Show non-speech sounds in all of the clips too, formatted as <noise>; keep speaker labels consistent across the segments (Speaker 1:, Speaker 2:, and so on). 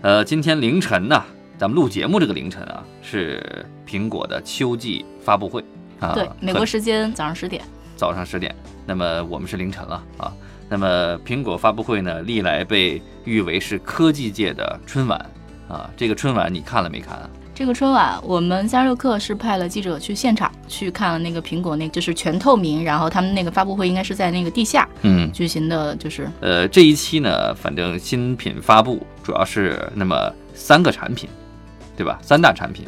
Speaker 1: 呃，今天凌晨呢、咱们录节目这个凌晨啊，是苹果的秋季发布会啊，
Speaker 2: 对，美国时间早上十点。
Speaker 1: 早上十点，那么我们是凌晨了啊。那么苹果发布会呢，历来被誉为是科技界的春晚啊。这个春晚你看了没看啊？
Speaker 2: 这个春晚，我们三十六氪是派了记者去现场去看了那个苹果那，就是全透明，然后他们那个发布会应该是在那个地下
Speaker 1: 嗯，
Speaker 2: 举行的，就是
Speaker 1: 呃，这一期呢，反正新品发布主要是那么三个产品，对吧？三大产品，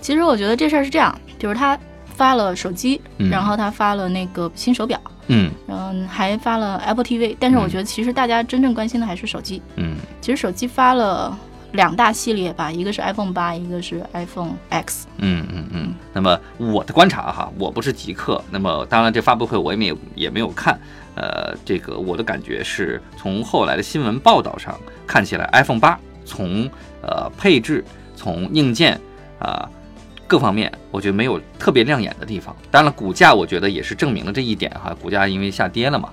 Speaker 2: 其实我觉得这事儿是这样，就是他发了手机，
Speaker 1: 嗯
Speaker 2: 然后他发了那个新手表，
Speaker 1: 嗯
Speaker 2: 然后还发了 Apple TV，但是我
Speaker 1: 嗯
Speaker 2: 觉得其实大家真正关心的还是手机。
Speaker 1: 嗯
Speaker 2: 其实手机发了两大系列吧，一个是 iPhone 八，一个是 iPhone X。
Speaker 1: 嗯嗯嗯。那么我的观察哈，我不是极客，那么当然这发布会我也没有也没有看，呃，这个我的感觉是从后来的新闻报道上看起来，iPhone 八从呃配置、从硬件啊、各方面，我觉得没有特别亮眼的地方。当然了，股价我觉得也是证明了这一点哈，股价因为下跌了嘛，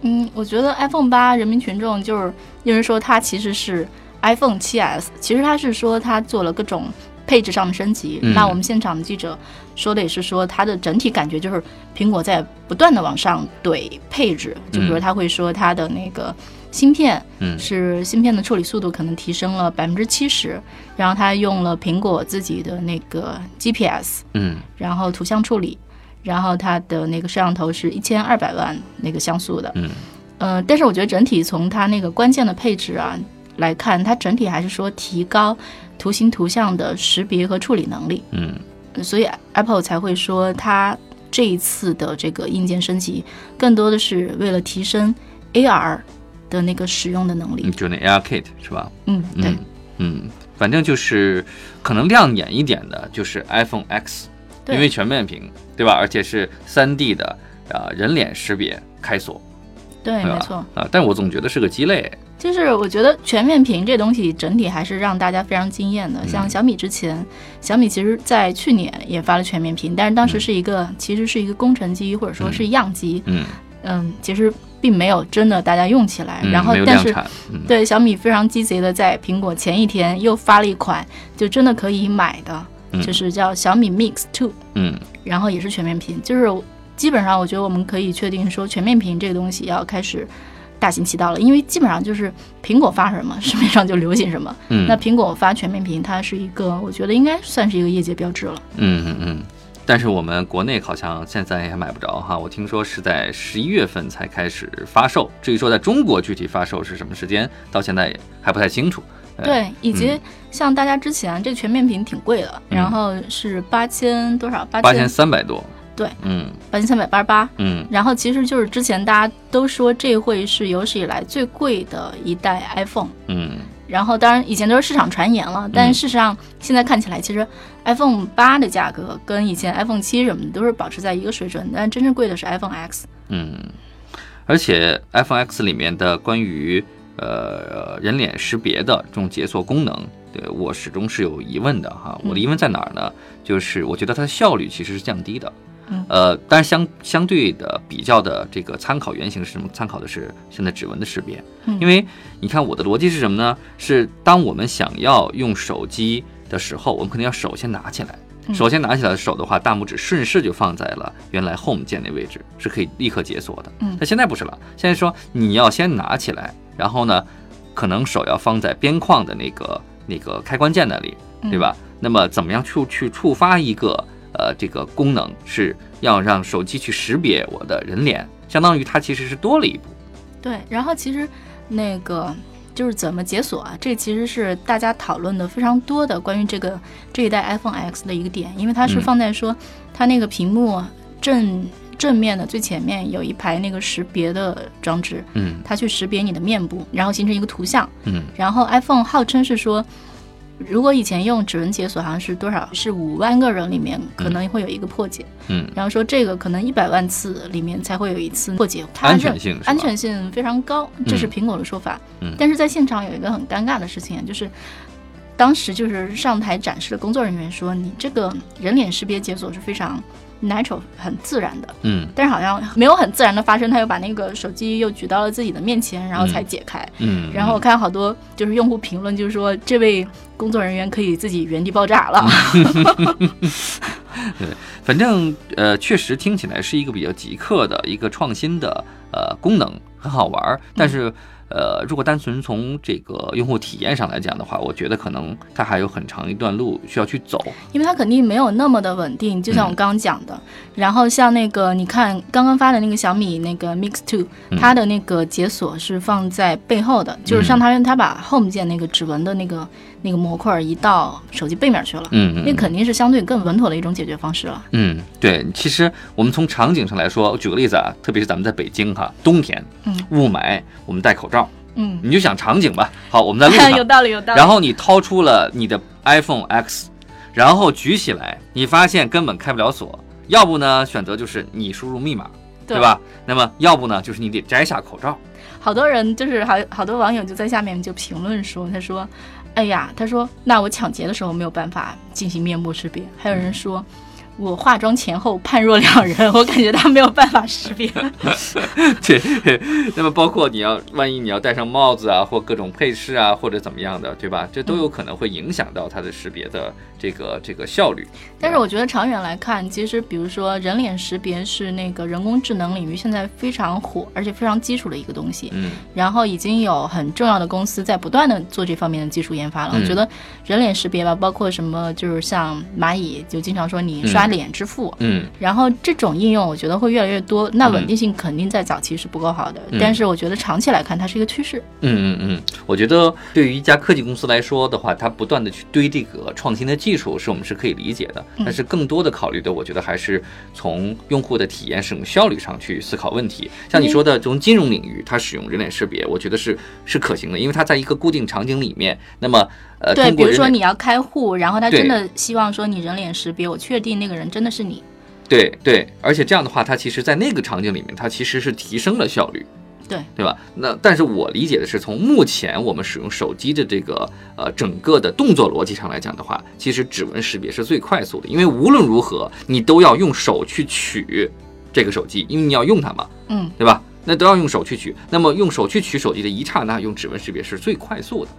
Speaker 2: 嗯，我觉得 iPhone 八人民群众就是有人说它其实是 iPhone 7s，其实它是说它做了各种配置上的升级。
Speaker 1: 嗯
Speaker 2: 那我们现场的记者说的也是说它的整体感觉就是苹果在不断的往上怼配置，就比如
Speaker 1: 嗯
Speaker 2: 他会说它的那个芯片
Speaker 1: 嗯
Speaker 2: 是芯片的处理速度可能提升了百分之七十，然后它用了苹果自己的那个 GPS，
Speaker 1: 嗯
Speaker 2: 然后图像处理，然后它的那个摄像头是一千二百万那个像素的。
Speaker 1: 嗯
Speaker 2: 呃，但是我觉得整体从它那个关键的配置啊来看，它整体还是说提高图形图像的识别和处理能力，
Speaker 1: 嗯
Speaker 2: 呃所以 Apple 才会说它这一次的这个硬件升级，更多的是为了提升 AR 的那个使用的能力
Speaker 1: 嗯，。就那 AirKit 是吧？
Speaker 2: 嗯，对，
Speaker 1: 嗯嗯，反正就是可能亮眼一点的就是 iPhone X，
Speaker 2: 对
Speaker 1: 因为全面屏，对吧？而且是3 D 的啊、呃人脸识别开锁，
Speaker 2: 对，
Speaker 1: 对吧？
Speaker 2: 没错。
Speaker 1: 啊，但我总觉得是个鸡肋，
Speaker 2: 就是我觉得全面屏这东西整体还是让大家非常惊艳
Speaker 1: 嗯
Speaker 2: 的。像小米之前，小米其实在去年也发了全面屏，但是当时是一个其实是一个工程机或者说是样机，
Speaker 1: 嗯，
Speaker 2: 嗯，其实并没有真的大家用起来。
Speaker 1: 嗯
Speaker 2: 哎然后
Speaker 1: 没有
Speaker 2: 但
Speaker 1: 量
Speaker 2: 是
Speaker 1: 产，嗯，
Speaker 2: 对小米非常鸡贼的在苹果前一天又发了一款就真的可以买的，
Speaker 1: 嗯
Speaker 2: 就是叫小米 Mix Two，
Speaker 1: 嗯
Speaker 2: 然后也是全面屏，就是基本上我觉得我们可以确定说全面屏这个东西要开始大行其道了，因为基本上就是苹果发什么，市面上就流行什么。
Speaker 1: 嗯，
Speaker 2: 那苹果发全面屏，它是一个我觉得应该算是一个业界标志了。
Speaker 1: 嗯嗯嗯。但是我们国内好像现在也买不着哈，我听说是在十一月份才开始发售，至于说在中国具体发售是什么时间，到现在也还不太清楚。呃，
Speaker 2: 对，以及
Speaker 1: 嗯
Speaker 2: 像大家之前这全面屏挺贵的，
Speaker 1: 嗯
Speaker 2: 然后是八千多少？八
Speaker 1: 八千三百多，
Speaker 2: 对，
Speaker 1: 嗯
Speaker 2: 八千三百八十八。
Speaker 1: 嗯
Speaker 2: 然后其实就是之前大家都说这会是有史以来最贵的一代 iPhone，
Speaker 1: 嗯
Speaker 2: 然后当然以前都是市场传言了，但事实上现在看起来，其实 iPhone 八的价格跟以前 iPhone 七什么的都是保持在一个水准，但真正贵的是 iPhone X。
Speaker 1: 嗯，而且 iPhone X 里面的关于呃人脸识别的这种解锁功能，对我始终是有疑问的哈。
Speaker 2: 嗯
Speaker 1: 我的疑问在哪儿呢？就是我觉得它的效率其实是降低的。
Speaker 2: 嗯
Speaker 1: 呃，但是相相对的比较的这个参考原型是什么？参考的是现在指纹的识别，
Speaker 2: 嗯
Speaker 1: 因为你看我的逻辑是什么呢？是当我们想要用手机的时候，我们肯定要手先拿起来。
Speaker 2: 嗯
Speaker 1: 首先拿起来的手的话，大拇指顺势就放在了原来 Home 键那位置，是可以立刻解锁的。
Speaker 2: 嗯
Speaker 1: 但现在不是了，现在说你要先拿起来，然后呢，可能手要放在边框的那个那个开关键那里，
Speaker 2: 嗯
Speaker 1: 对吧？那么怎么样去去触发一个呃这个功能，是要让手机去识别我的人脸，相当于它其实是多了一步。
Speaker 2: 对，然后其实那个就是怎么解锁啊，这其实是大家讨论的非常多的关于这个这一代 iPhone X 的一个点，因为它是
Speaker 1: 嗯
Speaker 2: 放在说、它那个屏幕正正面的最前面有一排那个识别的装置，
Speaker 1: 嗯
Speaker 2: 它去识别你的面部，然后形成一个图像。
Speaker 1: 嗯
Speaker 2: 然后 iPhone 号称是说，如果以前用指纹解锁，好像是多少是五万个人里面可能会有一个破解，
Speaker 1: 嗯，
Speaker 2: 然后说这个可能一百万次里面才会有一次破解，它
Speaker 1: 安
Speaker 2: 认
Speaker 1: 全性是吧
Speaker 2: 安全性非常高，这是
Speaker 1: 嗯
Speaker 2: 苹果的说法。
Speaker 1: 嗯
Speaker 2: 但是在现场有一个很尴尬的事情，就是当时就是上台展示的工作人员说，你这个人脸识别解锁是非常 natural 很自然的，
Speaker 1: 嗯
Speaker 2: 但是好像没有很自然的发生，他又把那个手机又举到了自己的面前，然后才解开。
Speaker 1: 嗯，
Speaker 2: 然后我看好多就是用户评论，就是说这位工作人员可以自己原地爆炸了。
Speaker 1: 反正呃，确实听起来是一个比较极客的一个创新的呃功能，很好玩儿。
Speaker 2: 嗯
Speaker 1: 但是呃，如果单纯从这个用户体验上来讲的话，我觉得可能它还有很长一段路需要去走。
Speaker 2: 因为它肯定没有那么的稳定，就像我
Speaker 1: 嗯
Speaker 2: 刚刚讲的。然后像那个，你看刚刚发的那个小米那个 Mix Two，、
Speaker 1: 嗯
Speaker 2: 它的那个解锁是放在背后的，就是让它让它把 Home 键那个指纹的那个那个模块儿移到手机背面去了，
Speaker 1: 嗯嗯，
Speaker 2: 那肯定是相对更稳妥的一种解决方式了。
Speaker 1: 嗯，对，其实我们从场景上来说，我举个例子啊，特别是咱们在北京哈，冬天，
Speaker 2: 嗯，
Speaker 1: 雾霾，我们戴口罩，
Speaker 2: 嗯，
Speaker 1: 你就想场景吧。好，我们在路
Speaker 2: <laughs> 有
Speaker 1: 上，
Speaker 2: 道理，有道理。
Speaker 1: 然后你掏出了你的 iPhone X，然后举起来，你发现根本开不了锁，要不呢，选择就是你输入密码，
Speaker 2: 对
Speaker 1: 对？吧？那么要不呢，就是你得摘下口罩， <laughs>
Speaker 2: 好多人就是好好多网友就在下面就评论说，他说，哎呀，他说那我抢劫的时候没有办法进行面部识别，还有人说。我化妆前后判若两人，我感觉他没有办法识别。
Speaker 1: 对，那么包括你要万一你要戴上帽子啊，或各种配饰啊，或者怎么样的，对吧？这都有可能会影响到它的识别的这个这个效率。
Speaker 2: 但是我觉得长远来看，其实比如说人脸识别是那个人工智能领域现在非常火，而且非常基础的一个东西。
Speaker 1: 嗯。
Speaker 2: 然后已经有很重要的公司在不断的做这方面的技术研发了。
Speaker 1: 嗯
Speaker 2: 我觉得人脸识别吧，包括什么，就是像蚂蚁就经常说你刷脸支付，
Speaker 1: 嗯
Speaker 2: 然后这种应用我觉得会越来越多。那
Speaker 1: 嗯
Speaker 2: 稳定性肯定在早期是不够好的，
Speaker 1: 嗯
Speaker 2: 但是我觉得长期来看它是一个趋势。
Speaker 1: 嗯嗯嗯，我觉得对于一家科技公司来说的话，它不断的去堆这个创新的技术，是我们是可以理解的。
Speaker 2: 嗯
Speaker 1: 但是更多的考虑的，我觉得还是从用户的体验、使用效率上去思考问题。像
Speaker 2: 嗯
Speaker 1: 你说的，从金融领域，它使用人脸识别，我觉得是是可行的，因为它在一个固定场景里面，那么呃，
Speaker 2: 对，
Speaker 1: 通
Speaker 2: 比
Speaker 1: 过
Speaker 2: 如
Speaker 1: 人
Speaker 2: 说
Speaker 1: 脸
Speaker 2: 你要开户，然后他
Speaker 1: 对
Speaker 2: 真的希望说你人脸识别，我确定那个人真的是你。
Speaker 1: 对对，而且这样的话，它其实在那个场景里面，它其实是提升了效率。
Speaker 2: 对
Speaker 1: 对吧？那但是我理解的是，从目前我们使用手机的这个呃整个的动作逻辑上来讲的话，其实指纹识别是最快速的，因为无论如何你都要用手去取这个手机，因为你要用它嘛，
Speaker 2: 嗯，
Speaker 1: 对吧？那都要用手去取。那么用手去取手机的一刹那，用指纹识别是最快速的。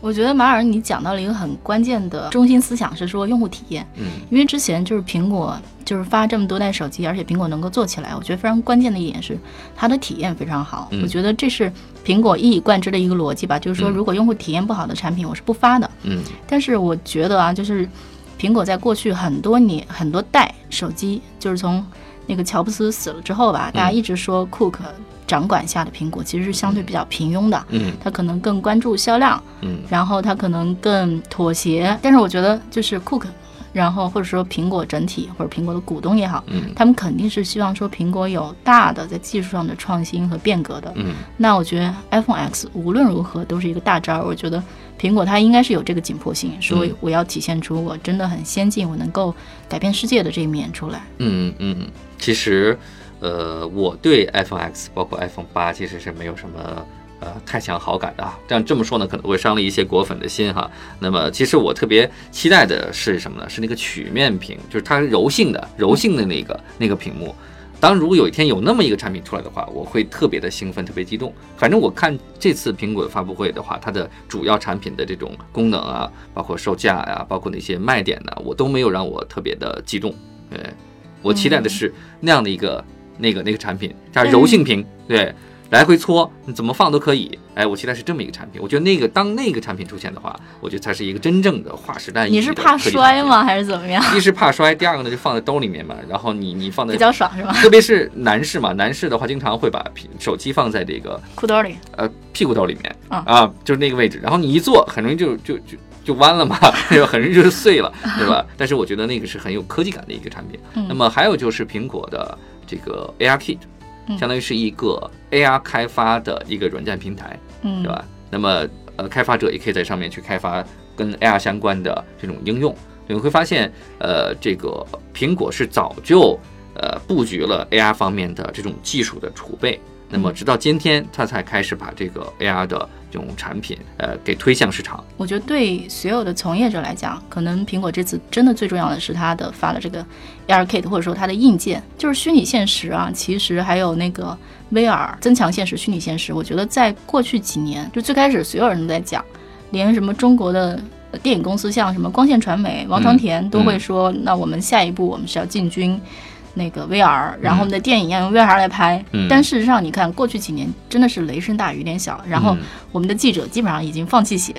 Speaker 2: 我觉得马尔你讲到了一个很关键的中心思想，是说用户体验。
Speaker 1: 嗯
Speaker 2: 因为之前就是苹果就是发这么多代手机，而且苹果能够做起来，我觉得非常关键的一点是它的体验非常好。
Speaker 1: 嗯
Speaker 2: 我觉得这是苹果一以贯之的一个逻辑吧，就是说
Speaker 1: 嗯
Speaker 2: 如果用户体验不好的产品，我是不发的。
Speaker 1: 嗯
Speaker 2: 但是我觉得啊，就是苹果在过去很多年很多代手机，就是从那个乔布斯死了之后吧，大家一直说 Cook 掌管下的苹果其实是相对比较平庸的，
Speaker 1: 嗯
Speaker 2: 它可能更关注销量，
Speaker 1: 嗯
Speaker 2: 然后它可能更妥协。但是我觉得就是 Cook，然后或者说苹果整体或者苹果的股东也好，
Speaker 1: 嗯
Speaker 2: 他们肯定是希望说苹果有大的在技术上的创新和变革的。
Speaker 1: 嗯
Speaker 2: 那我觉得 iPhone X 无论如何都是一个大招儿，我觉得苹果它应该是有这个紧迫性，说
Speaker 1: 嗯
Speaker 2: 我要体现出我真的很先进，我能够改变世界的这一面出来。
Speaker 1: 嗯嗯，其实呃，我对 iPhone X 包括 iPhone 八其实是没有什么。呃，太强好感的啊，这样这么说呢，可能会伤了一些果粉的心哈。那么，其实我特别期待的是什么呢？是那个曲面屏，就是它是柔性的、柔性的那个那个屏幕。当如果有一天有那么一个产品出来的话，我会特别的兴奋，特别激动。反正我看这次苹果的发布会的话，它的主要产品的这种功能啊，包括售价呀、包括那些卖点呢、我都没有让我特别的激动。对，我期待的是那样的一个、那个那个产品，它柔性屏，对，来回搓，你怎么放都可以。哎，我期待是这么一个产品。我觉得那个当那个产品出现的话，我觉得才是一个真正的划时代意义
Speaker 2: 你
Speaker 1: 的
Speaker 2: 是
Speaker 1: 科技
Speaker 2: 怕
Speaker 1: 产品。
Speaker 2: 摔吗？还是怎么样？
Speaker 1: 一是怕摔，第二个呢就放在兜里面嘛，然后你你放在
Speaker 2: 比较爽是吧？
Speaker 1: 特别是男士嘛，男士的话经常会把屁手机放在这个
Speaker 2: 裤兜里。
Speaker 1: 呃屁股兜里面
Speaker 2: 啊
Speaker 1: 就是那个位置，然后你一坐，很容易就就就就弯了嘛， <laughs> 对吧？很容易就碎了，对吧？但是我觉得那个是很有科技感的一个产品。
Speaker 2: 嗯
Speaker 1: 那么还有就是苹果的这个 AR Kit，
Speaker 2: 嗯
Speaker 1: 相当于是一个 AR 开发的一个软件平台，
Speaker 2: 嗯
Speaker 1: 对，吧？那么呃，开发者也可以在上面去开发跟 AR 相关的这种应用。你会发现，呃，这个苹果是早就呃布局了 AR 方面的这种技术的储备。那
Speaker 2: 嗯
Speaker 1: 么直到今天，它才开始把这个 AR 的这种产品，呃，给推向市场。
Speaker 2: 我觉得对所有的从业者来讲，可能苹果这次真的最重要的是它的发了这个 AR Kit，或者说它的硬件，就是虚拟现实啊，其实还有那个 VR 增强现实、虚拟现实。我觉得在过去几年，就最开始所有人都在讲，连什么中国的呃电影公司，像什么光线传媒、王
Speaker 1: 嗯
Speaker 2: 传田都会说，那我们下一步我们是要进军。那个 VR，然后我们的电影要用 VR 来拍，
Speaker 1: 嗯
Speaker 2: 但事实上，你看过去几年真的是雷声大雨点小，然后
Speaker 1: 嗯
Speaker 2: 我们的记者基本上已经放弃写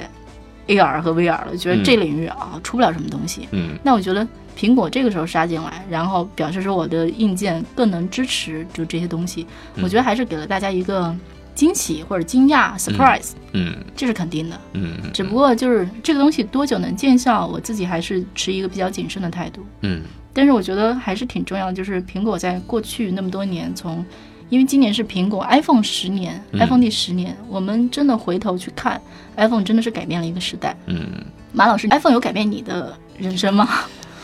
Speaker 2: AR 和 VR 了，觉得
Speaker 1: 嗯
Speaker 2: 这领域啊出不了什么东西。
Speaker 1: 嗯
Speaker 2: 那我觉得苹果这个时候杀进来，然后表示说我的硬件更能支持就这些东西，
Speaker 1: 嗯
Speaker 2: 我觉得还是给了大家一个惊喜或者惊讶 surprise，、
Speaker 1: 嗯
Speaker 2: 这是肯定的。
Speaker 1: 嗯嗯
Speaker 2: 只不过就是这个东西多久能见效，我自己还是持一个比较谨慎的态度。
Speaker 1: 嗯
Speaker 2: 但是我觉得还是挺重要的，就是苹果在过去那么多年从，因为今年是苹果 iPhone 十年、
Speaker 1: 嗯
Speaker 2: i p h o n e 第十年，我们真的回头去看，iPhone 真的是改变了一个时代。
Speaker 1: 嗯
Speaker 2: 马老师，iPhone 有改变你的人生吗？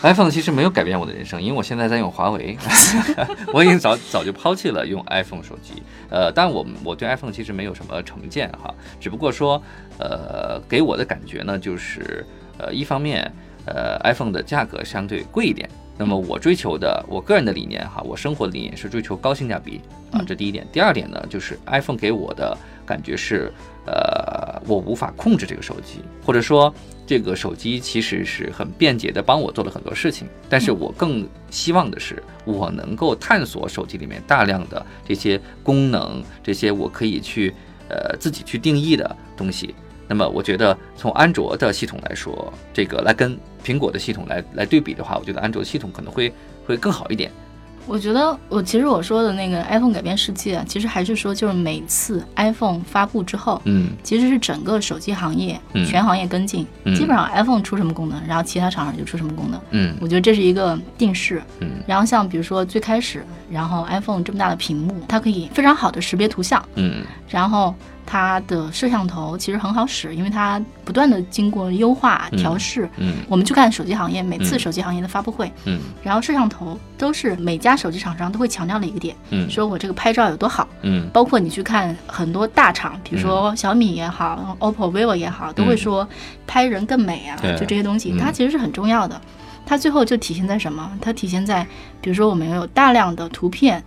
Speaker 1: ，iPhone 其实没有改变我的人生，因为我现在在用华为， <laughs> 我已经早早就抛弃了用 iPhone 手机。呃，但我我对 iPhone 其实没有什么成见哈，只不过说，呃，给我的感觉呢，就是呃，一方面，呃，iPhone 的价格相对贵一点。那么我追求的，我个人的理念哈，我生活的理念是追求高性价比啊
Speaker 2: 嗯，
Speaker 1: 这第一点。第二点呢，就是 iPhone 给我的感觉是，呃，我无法控制这个手机，或者说这个手机其实是很便捷的帮我做了很多事情，但是我更希望的是，我能够探索手机里面大量的这些功能，这些我可以去呃自己去定义的东西。那么我觉得从安卓的系统来说，这个来跟苹果的系统来来对比的话，我觉得安卓系统可能会会更好一点。
Speaker 2: <laughs> 我觉得我其实我说的那个 iPhone 改变世界啊，其实还是说就是每次 iPhone 发布之后。
Speaker 1: 嗯
Speaker 2: 其实是整个手机行业、
Speaker 1: 嗯
Speaker 2: 全行业跟进，
Speaker 1: 嗯
Speaker 2: 基本上 iPhone 出什么功能，然后其他厂商就出什么功能。
Speaker 1: 嗯
Speaker 2: 我觉得这是一个定势，
Speaker 1: 嗯
Speaker 2: 然后像比如说最开始，然后 iPhone 这么大的屏幕，它可以非常好的识别图像，
Speaker 1: 嗯
Speaker 2: 然后它的摄像头其实很好使，因为它不断的经过优化
Speaker 1: 嗯
Speaker 2: 调试。
Speaker 1: 嗯
Speaker 2: 我们去看手机行业，每次
Speaker 1: 嗯
Speaker 2: 手机行业的发布会，
Speaker 1: 嗯
Speaker 2: 然后摄像头都是每家手机厂商都会强调的一个点，
Speaker 1: 嗯
Speaker 2: 说我这个拍照有多好。
Speaker 1: 嗯
Speaker 2: 包括你去看很多大厂，比如说小米也好、OPPO、vivo 也好，都会说拍人更美啊，
Speaker 1: 嗯对
Speaker 2: 就这些东西
Speaker 1: 嗯，
Speaker 2: 它其实是很重要的。它最后就体现在什么？它体现在，比如说我们有大量的图片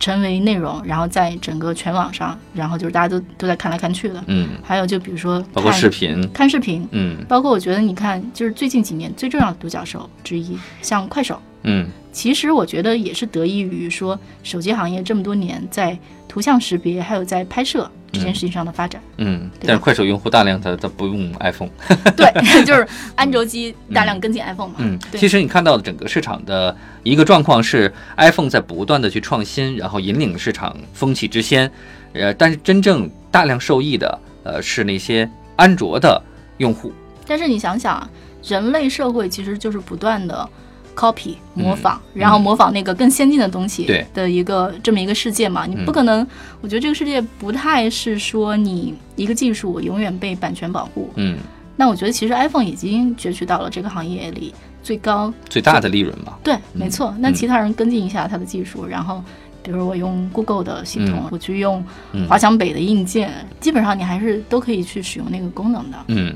Speaker 2: 成为内容，然后在整个全网上，然后就是大家都都在看来看去的。
Speaker 1: 嗯，
Speaker 2: 还有就比如说
Speaker 1: 包括
Speaker 2: 看
Speaker 1: 视频，
Speaker 2: 看视频，
Speaker 1: 嗯
Speaker 2: 包括我觉得你看，就是最近几年最重要的独角兽之一，像快手，
Speaker 1: 嗯
Speaker 2: 其实我觉得也是得益于说手机行业这么多年在图像识别还有在拍摄这件事情上的发
Speaker 1: <laughs>
Speaker 2: 展。
Speaker 1: 嗯，但是快手用户大量他他不用 iPhone。
Speaker 2: 对，就是安卓机大量跟进 iPhone 嘛。
Speaker 1: 嗯，
Speaker 2: 啊对
Speaker 1: 其实你看到的整个市场的一个状况是，iPhone 在不断的去创新，然后引领市场风气之先。呃，但是真正大量受益的，呃，是那些安卓的用户。
Speaker 2: 但是你想想啊，人类社会其实就是不断的 copy 模仿，然后模仿那个更先进的东西
Speaker 1: 嗯对嗯
Speaker 2: 的一个这么一个世界嘛。你不可能，我觉得这个世界不太是说你一个技术永远被版权保护。
Speaker 1: 嗯，
Speaker 2: 那我觉得其实 iPhone 已经攫取到了这个行业里最高
Speaker 1: 最大的利润嘛。
Speaker 2: 对，没错。那
Speaker 1: 嗯
Speaker 2: 其他人跟进一下它的技术，然后比如我用 Google 的系统，
Speaker 1: 嗯
Speaker 2: 我去用
Speaker 1: 嗯
Speaker 2: 华强北的硬件，基本上你还是都可以去使用那个功能的。
Speaker 1: 嗯，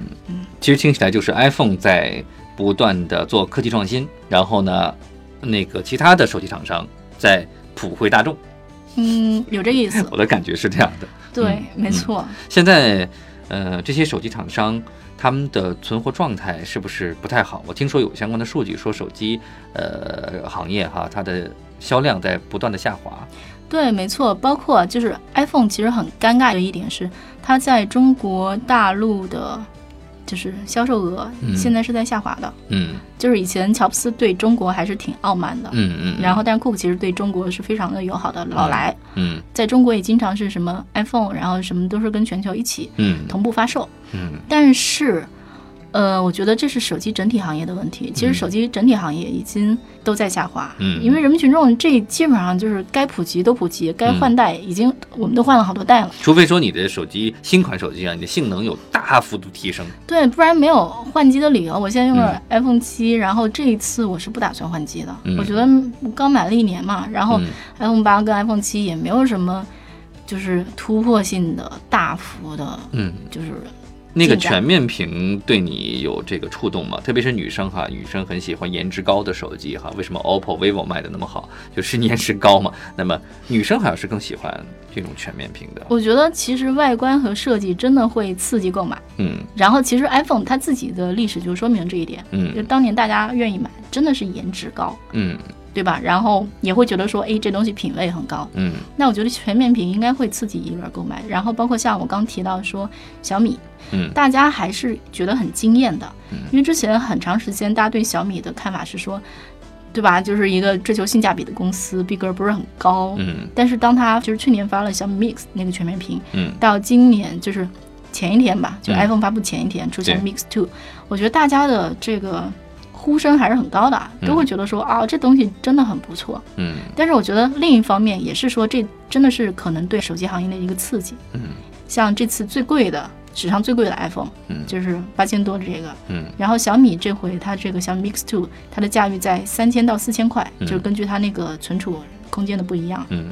Speaker 1: 其实听起来就是 iPhone 在不断的做科技创新，然后呢，那个其他的手机厂商在普惠大众。
Speaker 2: 嗯，有这个意思
Speaker 1: 我。的感觉是这样的。
Speaker 2: 对，没
Speaker 1: 嗯
Speaker 2: 错。
Speaker 1: 现在，呃，这些手机厂商他们的存活状态是不是不太好？我听说有相关的数据说手机呃行业哈，它的销量在不断的下滑。
Speaker 2: 对，没错。包括就是 iPhone 其实很尴尬的一点是，它在中国大陆的，就是销售额
Speaker 1: 嗯
Speaker 2: 现在是在下滑的。
Speaker 1: 嗯
Speaker 2: 就是以前乔布斯对中国还是挺傲慢的，
Speaker 1: 嗯嗯。
Speaker 2: 然后但是库克其实对中国是非常的友好的。老来、
Speaker 1: 嗯
Speaker 2: 在中国也经常是什么 iPhone，然后什么都是跟全球一起
Speaker 1: 嗯
Speaker 2: 同步发售。
Speaker 1: 嗯
Speaker 2: 但是呃，我觉得这是手机整体行业的问题。其实手机整体行业已经都在下滑，
Speaker 1: 嗯
Speaker 2: 因为人民群众这基本上就是该普及都普及，该换代已经、我们都换了好多代了，
Speaker 1: 除非说你的手机新款手机啊，你的性能有大幅度提升，
Speaker 2: 对，不然没有换机的理由。我现在用
Speaker 1: 嗯
Speaker 2: 了 iPhone 七、然后这一次我是不打算换机的，
Speaker 1: 嗯
Speaker 2: 我觉得我刚买了一年嘛，然后
Speaker 1: 嗯
Speaker 2: iPhone 八跟 iPhone 七也没有什么就是突破性的大幅的，
Speaker 1: 嗯，
Speaker 2: 就是
Speaker 1: 那个
Speaker 2: 进展
Speaker 1: 全面屏对你有这个触动吗？特别是女生哈，女生很喜欢颜值高的手机哈。为什么 OPPO、vivo 卖的那么好？就是颜值高嘛。那么女生好像是更喜欢这种全面屏的。
Speaker 2: 我觉得其实外观和设计真的会刺激购买。
Speaker 1: 嗯
Speaker 2: 然后其实 iPhone 它自己的历史就说明这一点，就
Speaker 1: 嗯
Speaker 2: 当年大家愿意买，真的是颜值高，
Speaker 1: 嗯
Speaker 2: 对吧？然后也会觉得说，哎，这东西品味很高。
Speaker 1: 嗯
Speaker 2: 那我觉得全面屏应该会刺激一轮购买。然后包括像我刚提到说小米，
Speaker 1: 嗯
Speaker 2: 大家还是觉得很惊艳的
Speaker 1: 嗯，
Speaker 2: 因为之前很长时间大家对小米的看法是说，对吧？就是一个追求性价比的公司，逼格不是很高。
Speaker 1: 嗯
Speaker 2: 但是当它就是去年发了小米 Mix 那个全面屏，
Speaker 1: 嗯
Speaker 2: 到今年就是前一天吧，就
Speaker 1: 嗯
Speaker 2: iPhone 发布前一天出现
Speaker 1: 对
Speaker 2: Mix Two，我觉得大家的这个呼声还是很高的啊，
Speaker 1: 嗯
Speaker 2: 都会觉得说啊、这东西真的很不错。
Speaker 1: 嗯
Speaker 2: 但是我觉得另一方面也是说，这真的是可能对手机行业的一个刺激。
Speaker 1: 嗯，
Speaker 2: 像这次最贵的史上最贵的 iPhone，
Speaker 1: 嗯
Speaker 2: 就是八千多的这个，
Speaker 1: 嗯
Speaker 2: 然后小米这回它这个小米 Mix Two，它的驾驭在三千到四千块，
Speaker 1: 嗯
Speaker 2: 就是根据它那个存储空间的不一样。
Speaker 1: 嗯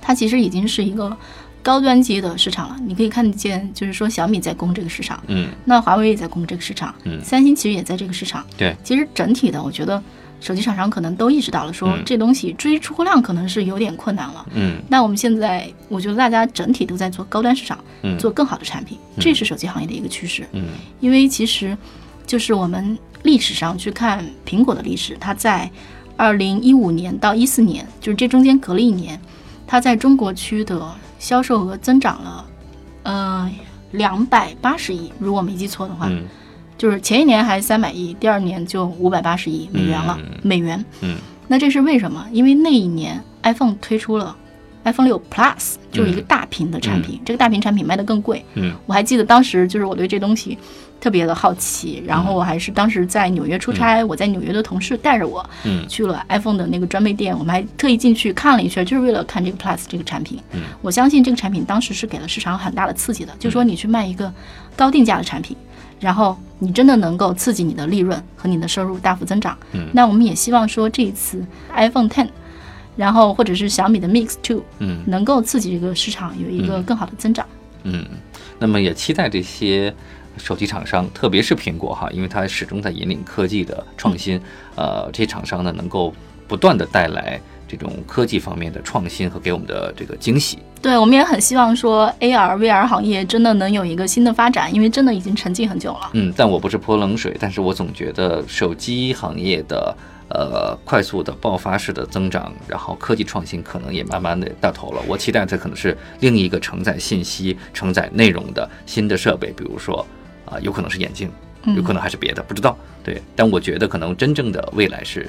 Speaker 2: 它其实已经是一个高端机的市场了。你可以看见，就是说小米在攻这个市场，
Speaker 1: 嗯
Speaker 2: 那华为也在攻这个市场，
Speaker 1: 嗯
Speaker 2: 三星其实也在这个市场。
Speaker 1: 对，
Speaker 2: 其实整体的，我觉得手机厂商可能都意识到了说，
Speaker 1: 嗯
Speaker 2: 这东西追出货量可能是有点困难了。
Speaker 1: 嗯
Speaker 2: 那我们现在，我觉得大家整体都在做高端市场，
Speaker 1: 嗯，
Speaker 2: 做更好的产品，这是手机行业的一个趋势。
Speaker 1: 嗯
Speaker 2: 因为其实就是我们历史上去看苹果的历史，它在二零一五年到一四年，就是这中间隔了一年，它在中国区的销售额增长了，呃，两百八十亿，如果我没记错的话，
Speaker 1: 嗯
Speaker 2: 就是前一年还三百亿，第二年就五百八十亿美元了，
Speaker 1: 嗯
Speaker 2: 美元。
Speaker 1: 嗯
Speaker 2: 那这是为什么？因为那一年 iPhone 推出了 iPhone 六 Plus，就是一个大屏的产品，这个大屏产品卖的更贵。
Speaker 1: 嗯
Speaker 2: 我还记得当时就是我对这东西特别的好奇，然
Speaker 1: 嗯
Speaker 2: 后我还是当时在纽约出差，我在纽约的同事带着我
Speaker 1: 嗯
Speaker 2: 去了 iPhone 的那个专卖店，我们还特意进去看了一圈，就是为了看这个 Plus 这个产品。
Speaker 1: 嗯
Speaker 2: 我相信这个产品当时是给了市场很大的刺激的，就说你去卖一个高定价的产品，然后你真的能够刺激你的利润和你的收入大幅增长。
Speaker 1: 嗯
Speaker 2: 那我们也希望说这一次 iPhone Ten，然后或者是小米的 Mix Two
Speaker 1: 嗯。
Speaker 2: 能够刺激这个市场有一个
Speaker 1: 嗯
Speaker 2: 更好的增长。
Speaker 1: 嗯，那么也期待这些手机厂商，特别是苹果哈，因为它始终在引领科技的创新，呃，这些厂商呢能够不断的带来这种科技方面的创新和给我们的这个惊喜。
Speaker 2: 对，我们也很希望说 AR、VR 行业真的能有一个新的发展，因为真的已经沉寂很久了。
Speaker 1: 嗯，但我不是泼冷水，但是我总觉得手机行业的。呃，快速的爆发式的增长，然后科技创新可能也慢慢的到头了。我期待它可能是另一个承载信息、承载内容的新的设备，比如说啊、有可能是眼镜，
Speaker 2: 嗯
Speaker 1: 有可能还是别的，不知道。对，但我觉得可能真正的未来是，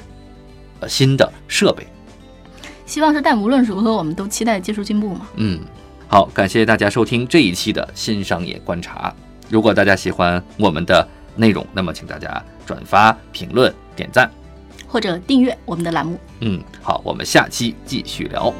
Speaker 1: 呃，新的设备。
Speaker 2: 希望是，但无论如何，我们都期待技术进步嘛。
Speaker 1: 嗯，好，感谢大家收听这一期的新商业观察。如果大家喜欢我们的内容，那么请大家转发、评论、点赞。
Speaker 2: 或者订阅我们的栏目。
Speaker 1: 嗯，好，我们下期继续聊。